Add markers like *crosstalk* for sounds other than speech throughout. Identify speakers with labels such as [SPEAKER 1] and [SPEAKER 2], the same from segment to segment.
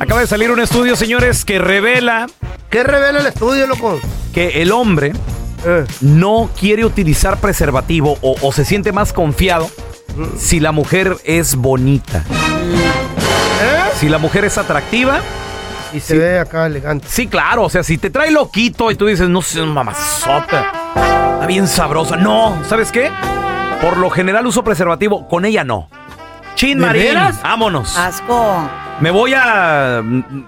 [SPEAKER 1] Acaba de salir un estudio, señores, que revela
[SPEAKER 2] ¿Qué revela el estudio, loco?
[SPEAKER 1] que el hombre
[SPEAKER 2] Eh,
[SPEAKER 1] no quiere utilizar preservativo o, o se siente más confiado si la mujer es bonita. Si la mujer es atractiva,
[SPEAKER 2] ¿Eh? Y se ve acá elegante.
[SPEAKER 1] sí, claro. O sea, si te trae loquito y tú dices, no sé, mamazota, está bien sabrosa. No, ¿sabes qué? Por lo general uso preservativo, con ella no. Chin,
[SPEAKER 2] ¿De
[SPEAKER 1] Marín,
[SPEAKER 2] veras? Ah.
[SPEAKER 1] vámonos.
[SPEAKER 3] Asco.
[SPEAKER 1] Me voy a.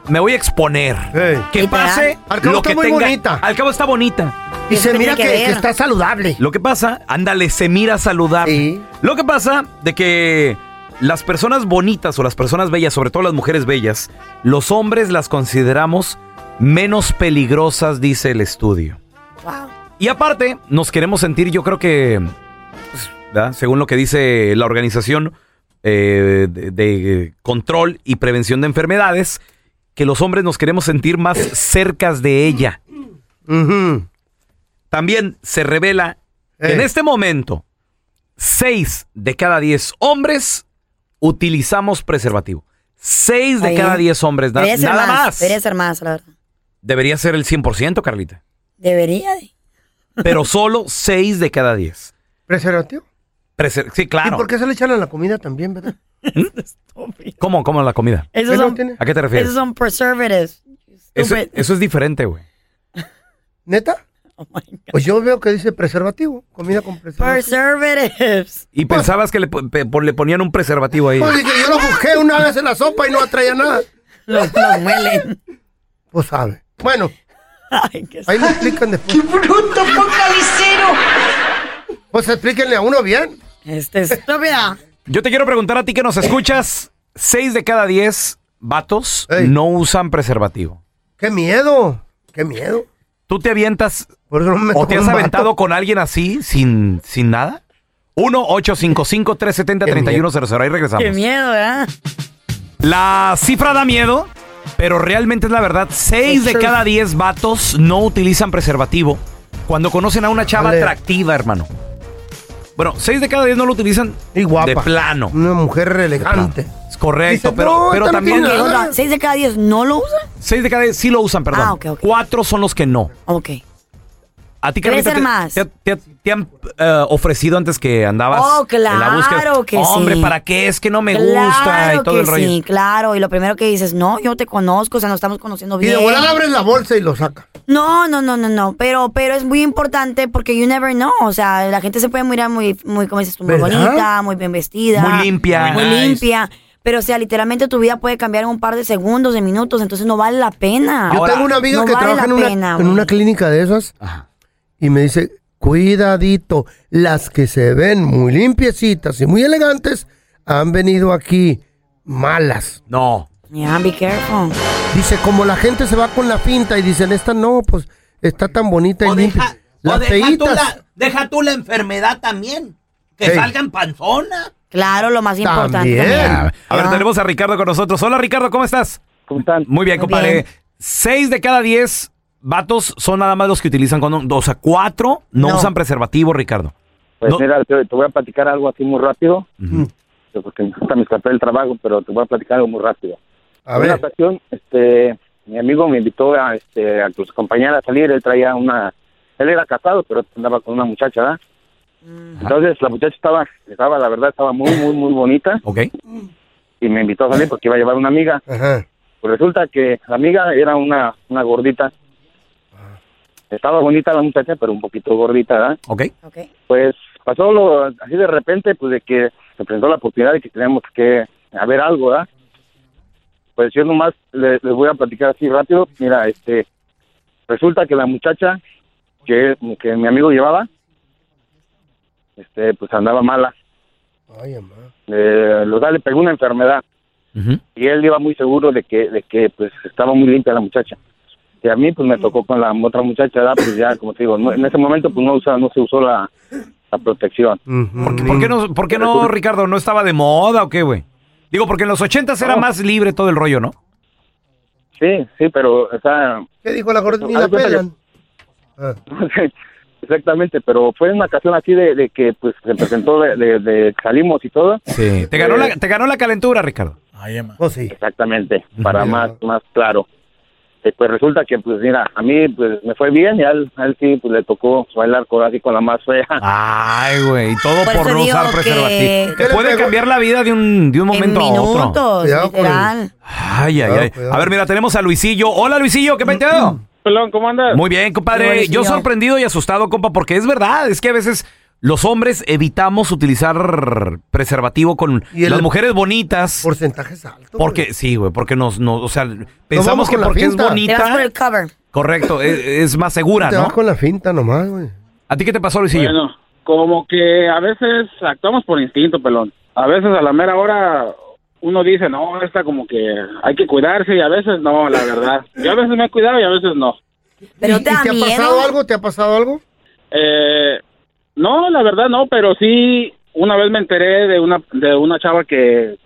[SPEAKER 1] Me voy a exponer.
[SPEAKER 2] Ey.
[SPEAKER 1] Que
[SPEAKER 3] Y te da.
[SPEAKER 1] pase.
[SPEAKER 2] Al cabo
[SPEAKER 1] lo
[SPEAKER 2] está
[SPEAKER 1] que
[SPEAKER 2] muy
[SPEAKER 1] tenga-
[SPEAKER 2] bonita.
[SPEAKER 1] Al cabo está bonita.
[SPEAKER 2] Y
[SPEAKER 3] Eso
[SPEAKER 2] se
[SPEAKER 3] tiene
[SPEAKER 2] mira que,
[SPEAKER 3] que
[SPEAKER 2] que
[SPEAKER 3] ver.
[SPEAKER 2] está saludable.
[SPEAKER 1] Lo que pasa, ándale, se mira saludable.
[SPEAKER 2] Sí.
[SPEAKER 1] Lo que pasa de que las personas bonitas o las personas bellas, sobre todo las mujeres bellas, los hombres las consideramos menos peligrosas, dice el estudio.
[SPEAKER 3] Wow.
[SPEAKER 1] Y aparte, nos queremos sentir, yo creo que, pues, ¿verdad? según lo que dice la organización eh, de, de control y prevención de enfermedades, que los hombres nos queremos sentir más cercas de ella.
[SPEAKER 2] Ujú.
[SPEAKER 1] También se revela que
[SPEAKER 2] Eh.
[SPEAKER 1] en este momento, 6 de cada 10 hombres utilizamos preservativo. 6 de
[SPEAKER 3] Ahí.
[SPEAKER 1] cada 10 hombres, na-
[SPEAKER 3] Debería ser
[SPEAKER 1] nada
[SPEAKER 3] más,
[SPEAKER 1] más.
[SPEAKER 3] Debería ser más, la verdad.
[SPEAKER 1] Debería ser el 100%, Carlita.
[SPEAKER 3] Debería de. *laughs*
[SPEAKER 1] Pero solo 6 de cada 10.
[SPEAKER 2] ¿Preservativo?
[SPEAKER 1] Preser- sí,
[SPEAKER 2] ¿Y
[SPEAKER 1] claro.
[SPEAKER 2] por qué se le echan a la comida también, verdad?
[SPEAKER 1] ¿Cómo? ¿Cómo la comida?
[SPEAKER 3] Esos
[SPEAKER 2] ¿Qué no
[SPEAKER 3] son,
[SPEAKER 2] tiene?
[SPEAKER 1] ¿A qué te refieres?
[SPEAKER 3] esos son preservatives.
[SPEAKER 1] Eso,
[SPEAKER 3] Stupid.
[SPEAKER 1] eso es diferente, güey.
[SPEAKER 2] ¿Neta?
[SPEAKER 3] Oh my God.
[SPEAKER 2] Pues yo veo que dice preservativo. Comida con preservativo.
[SPEAKER 3] Preservatives.
[SPEAKER 1] Y pensabas que le, po- pe- po- le ponían un preservativo ahí.
[SPEAKER 2] Pues dije, yo lo busqué una vez en la sopa y no atraía nada.
[SPEAKER 3] Los, los muelen.
[SPEAKER 2] Pues sabe. Bueno,
[SPEAKER 3] *laughs* Ay, qué
[SPEAKER 2] ahí me explican después.
[SPEAKER 3] bruto focalicero.
[SPEAKER 2] Pues explíquenle a uno bien.
[SPEAKER 3] Este estúpida.
[SPEAKER 1] Yo te quiero preguntar a ti que nos escuchas. 6 de cada 10 vatos
[SPEAKER 2] Ey.
[SPEAKER 1] no usan preservativo.
[SPEAKER 2] ¡Qué miedo! ¡Qué miedo!
[SPEAKER 1] ¿Tú te avientas
[SPEAKER 2] Por eso no *laughs* me
[SPEAKER 1] o te
[SPEAKER 2] tocó
[SPEAKER 1] has
[SPEAKER 2] un vato.
[SPEAKER 1] aventado con alguien así sin, sin nada? 1-855-370-3100. Ahí
[SPEAKER 3] Qué
[SPEAKER 1] regresamos.
[SPEAKER 3] miedo, ¿verdad?
[SPEAKER 1] La cifra da miedo, pero realmente es la verdad. 6 de
[SPEAKER 3] Sí.
[SPEAKER 1] cada 10 vatos no utilizan preservativo cuando conocen a una chava
[SPEAKER 2] Dale.
[SPEAKER 1] atractiva, hermano. Bueno, 6 de cada 10 no lo utilizan
[SPEAKER 2] Y guapa.
[SPEAKER 1] de plano.
[SPEAKER 2] Una mujer elegante.
[SPEAKER 1] Es correcto,
[SPEAKER 2] Dice,
[SPEAKER 1] pero,
[SPEAKER 2] "No,
[SPEAKER 1] pero
[SPEAKER 2] esta no
[SPEAKER 1] también
[SPEAKER 2] tiene
[SPEAKER 3] O
[SPEAKER 2] nada".
[SPEAKER 3] sea, ¿Seis de cada diez no lo usan?
[SPEAKER 1] 6 de cada 10 sí lo usan, perdón.
[SPEAKER 3] Ah, ok, ok.
[SPEAKER 1] Cuatro son los que no.
[SPEAKER 3] Ok.
[SPEAKER 1] A ti,
[SPEAKER 3] Tres
[SPEAKER 1] Carlita, te,
[SPEAKER 3] más.
[SPEAKER 1] te- te- te han eh, ofrecido antes que andabas
[SPEAKER 3] Oh,
[SPEAKER 1] en la búsqueda.
[SPEAKER 3] claro que sí.
[SPEAKER 1] Hombre, ¿para qué? Es que no me
[SPEAKER 3] claro
[SPEAKER 1] gusta y todo
[SPEAKER 3] que
[SPEAKER 1] el rollo.
[SPEAKER 3] Sí, claro. Y lo primero que dices, no, yo no te conozco, o sea, nos estamos conociendo
[SPEAKER 2] Y
[SPEAKER 3] bien.
[SPEAKER 2] de volada abres la bolsa y lo saca.
[SPEAKER 3] No, no, no, no, no. Pero, pero es muy importante porque you never know. O sea, la gente se puede mirar muy, muy, como dices tú, muy
[SPEAKER 2] ¿Verdad?
[SPEAKER 3] bonita, muy bien vestida.
[SPEAKER 1] Muy limpia.
[SPEAKER 3] Muy
[SPEAKER 1] Muy nice.
[SPEAKER 3] limpia. Pero, o sea, literalmente tu vida puede cambiar en un par de segundos, de minutos, entonces no vale la pena.
[SPEAKER 2] Yo
[SPEAKER 1] Ahora,
[SPEAKER 2] tengo una amiga
[SPEAKER 3] Ah. no
[SPEAKER 2] que
[SPEAKER 3] vale
[SPEAKER 2] trabaja en
[SPEAKER 3] la
[SPEAKER 2] una,
[SPEAKER 3] pena,
[SPEAKER 2] en
[SPEAKER 3] güey.
[SPEAKER 2] una clínica de esas
[SPEAKER 1] Ajá.
[SPEAKER 2] y me dice, cuidadito, las que se ven muy limpiecitas y muy elegantes han venido aquí malas.
[SPEAKER 1] No.
[SPEAKER 3] Yeah, be careful.
[SPEAKER 2] Dice, como la gente se va con la finta y dicen, esta no, pues está tan bonita y limpia. Las feitas
[SPEAKER 4] enfermedad también. Que
[SPEAKER 2] Ey.
[SPEAKER 4] salgan panzonas.
[SPEAKER 3] Claro, lo más importante.
[SPEAKER 2] también.
[SPEAKER 1] A ver,
[SPEAKER 3] Ah.
[SPEAKER 1] tenemos a Ricardo con nosotros. Hola, Ricardo, ¿cómo estás? Muy bien,
[SPEAKER 3] Muy
[SPEAKER 1] compadre.
[SPEAKER 3] bien.
[SPEAKER 1] Seis de cada diez vatos son nada más los que utilizan condón. O sea, cuatro no,
[SPEAKER 3] No.
[SPEAKER 1] usan preservativo, Ricardo.
[SPEAKER 5] Pues
[SPEAKER 1] No.
[SPEAKER 5] mira, te, te voy a platicar algo así muy rápido,
[SPEAKER 2] Mm,
[SPEAKER 1] Ujú.
[SPEAKER 5] pues, porque me gusta me escapé del trabajo, pero te voy a platicar algo muy rápido.
[SPEAKER 2] A
[SPEAKER 5] En una
[SPEAKER 2] ver,
[SPEAKER 5] ocasión, este, mi amigo me invitó a, este, a tus compañeras a salir, él traía una, él era casado, pero andaba con una muchacha, ¿verdad? Entonces la muchacha estaba, estaba, la verdad, estaba muy, muy, muy bonita
[SPEAKER 1] ¿Ok?
[SPEAKER 5] y me invitó a salir porque iba a llevar una amiga.
[SPEAKER 2] ajá.
[SPEAKER 5] Pues resulta que la amiga era una, una gordita.
[SPEAKER 2] Ah.
[SPEAKER 5] Estaba bonita la muchacha, pero un poquito gordita, ¿verdad?
[SPEAKER 1] ¿Ok?
[SPEAKER 3] Ok.
[SPEAKER 5] pues pasó lo, así de repente, pues de que se presentó la oportunidad de que teníamos que haber algo, ¿verdad? Pues yo nomás le- les voy a platicar así rápido. Mira, este, resulta que la muchacha que, que mi amigo llevaba, este, pues andaba mala.
[SPEAKER 2] Ay, mamá.
[SPEAKER 5] Eh, lo da, le pegó una enfermedad
[SPEAKER 1] Ujú.
[SPEAKER 5] y él iba muy seguro de que, de que pues estaba muy limpia la muchacha. Y a mí pues me tocó con la otra muchacha, ¿verdad? pues ya como te digo, no- en ese momento pues no usa, no se usó la, la protección.
[SPEAKER 1] ¿Por, qué- por
[SPEAKER 2] Mm,
[SPEAKER 1] qué no, por qué no, Ricardo? ¿No estaba de moda o qué, güey? Digo, porque en los ochentas era
[SPEAKER 5] No.
[SPEAKER 1] más libre todo el rollo, ¿no?
[SPEAKER 5] Sí, sí, pero, o sea,
[SPEAKER 2] ¿Qué dijo la gordita? Ni
[SPEAKER 5] Haz
[SPEAKER 2] la
[SPEAKER 5] de cuenta
[SPEAKER 2] pelan. Ah,
[SPEAKER 5] exactamente, pero fue en una ocasión así de, de que, pues, se presentó, de, de- de- salimos y todo.
[SPEAKER 1] Sí. Te ganó, la, te ganó la calentura, Ricardo.
[SPEAKER 6] Ay, Emma.
[SPEAKER 2] Pues sí.
[SPEAKER 7] Exactamente, para
[SPEAKER 2] Ya.
[SPEAKER 7] más, más claro. Eh, pues resulta que, pues mira, a mí pues me fue bien y a él, a él sí pues, le tocó bailar con así con la más fea.
[SPEAKER 1] Ah. Ay, güey, y todo
[SPEAKER 3] Por
[SPEAKER 1] por,
[SPEAKER 3] eso
[SPEAKER 1] no
[SPEAKER 3] digo
[SPEAKER 1] usar
[SPEAKER 3] que-
[SPEAKER 1] preservativo.
[SPEAKER 2] ¿Qué
[SPEAKER 1] Te
[SPEAKER 2] le
[SPEAKER 1] puede
[SPEAKER 2] pegó?
[SPEAKER 1] cambiar la vida de un, de un momento
[SPEAKER 3] en
[SPEAKER 1] a otro.
[SPEAKER 3] minutos,
[SPEAKER 2] Cuidado con el-
[SPEAKER 3] literal.
[SPEAKER 1] Ay, ay,
[SPEAKER 2] Cuidado,
[SPEAKER 1] ay.
[SPEAKER 2] cuidado. Mm,
[SPEAKER 1] A ver, mira, tenemos a Luisillo. Hola, Luisillo, ¿qué peteado?
[SPEAKER 5] Pelón, ¿cómo andas?
[SPEAKER 1] Muy bien,
[SPEAKER 3] Hola,
[SPEAKER 1] compadre.
[SPEAKER 3] Luisillo.
[SPEAKER 1] Yo sorprendido y asustado, compa, porque es verdad, es que a veces los hombres evitamos utilizar preservativo con
[SPEAKER 2] Y el-
[SPEAKER 1] las mujeres bonitas.
[SPEAKER 2] Porcentajes altos.
[SPEAKER 1] Porque, sí, güey, porque nos, nos, o sea, pensamos
[SPEAKER 2] vamos
[SPEAKER 1] que
[SPEAKER 2] con la
[SPEAKER 1] porque es
[SPEAKER 2] finta.
[SPEAKER 3] Te vas por
[SPEAKER 1] bonita,
[SPEAKER 3] el cover.
[SPEAKER 1] correcto, es, es más segura,
[SPEAKER 2] güey. Te vas
[SPEAKER 1] ¿no?
[SPEAKER 2] con la finta nomás, güey.
[SPEAKER 1] ¿A ti qué te pasó, Luisillo?
[SPEAKER 5] Bueno, como que a veces actuamos por instinto, pelón. A veces a la mera hora uno dice, no, esta como que hay que cuidarse y a veces no, la verdad. Yo a veces me he cuidado y a veces no.
[SPEAKER 3] Pero ¿eh?
[SPEAKER 2] ¿Y-
[SPEAKER 3] te
[SPEAKER 2] y
[SPEAKER 3] da
[SPEAKER 2] ha
[SPEAKER 3] miedo.
[SPEAKER 2] pasado algo? ¿Te ha pasado algo?
[SPEAKER 5] Eh, no, la verdad no, pero sí una vez me enteré de una de una chava que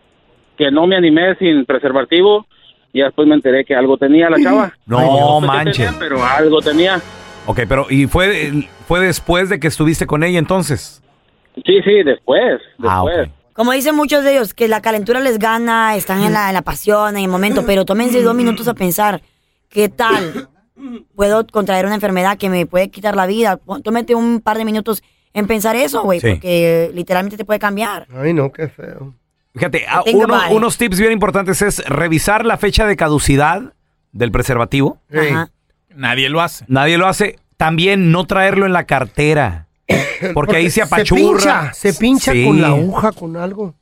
[SPEAKER 5] que no me animé sin preservativo y después me enteré que algo tenía la chava.
[SPEAKER 1] No
[SPEAKER 5] sé qué
[SPEAKER 1] manches.
[SPEAKER 5] tenía, pero algo tenía.
[SPEAKER 1] Ok, pero ¿y fue, fue después de que estuviste con ella entonces?
[SPEAKER 5] Sí, sí, después, después.
[SPEAKER 1] Ah, ok.
[SPEAKER 3] Como dicen muchos de ellos, que la calentura les gana, están en la, en la pasión, en el momento, pero tómense dos minutos a pensar, ¿qué tal? Puedo contraer una enfermedad que me puede quitar la vida. Pon- Tómate un par de minutos en pensar eso, güey,
[SPEAKER 1] Sí.
[SPEAKER 3] porque eh, literalmente te puede cambiar.
[SPEAKER 2] Ay, no, qué feo.
[SPEAKER 1] Fíjate, ah,
[SPEAKER 3] Think
[SPEAKER 1] uno-
[SPEAKER 3] about it.
[SPEAKER 1] unos tips bien importantes es revisar la fecha de caducidad del preservativo.
[SPEAKER 2] Ey,
[SPEAKER 3] Ajá.
[SPEAKER 6] Nadie lo hace.
[SPEAKER 1] Nadie lo hace. También no traerlo
[SPEAKER 2] *coughs* *laughs*
[SPEAKER 1] en la cartera. Porque, ahí se apachurra.
[SPEAKER 2] Se pincha, se pincha
[SPEAKER 1] Sí.
[SPEAKER 2] con la aguja, con algo.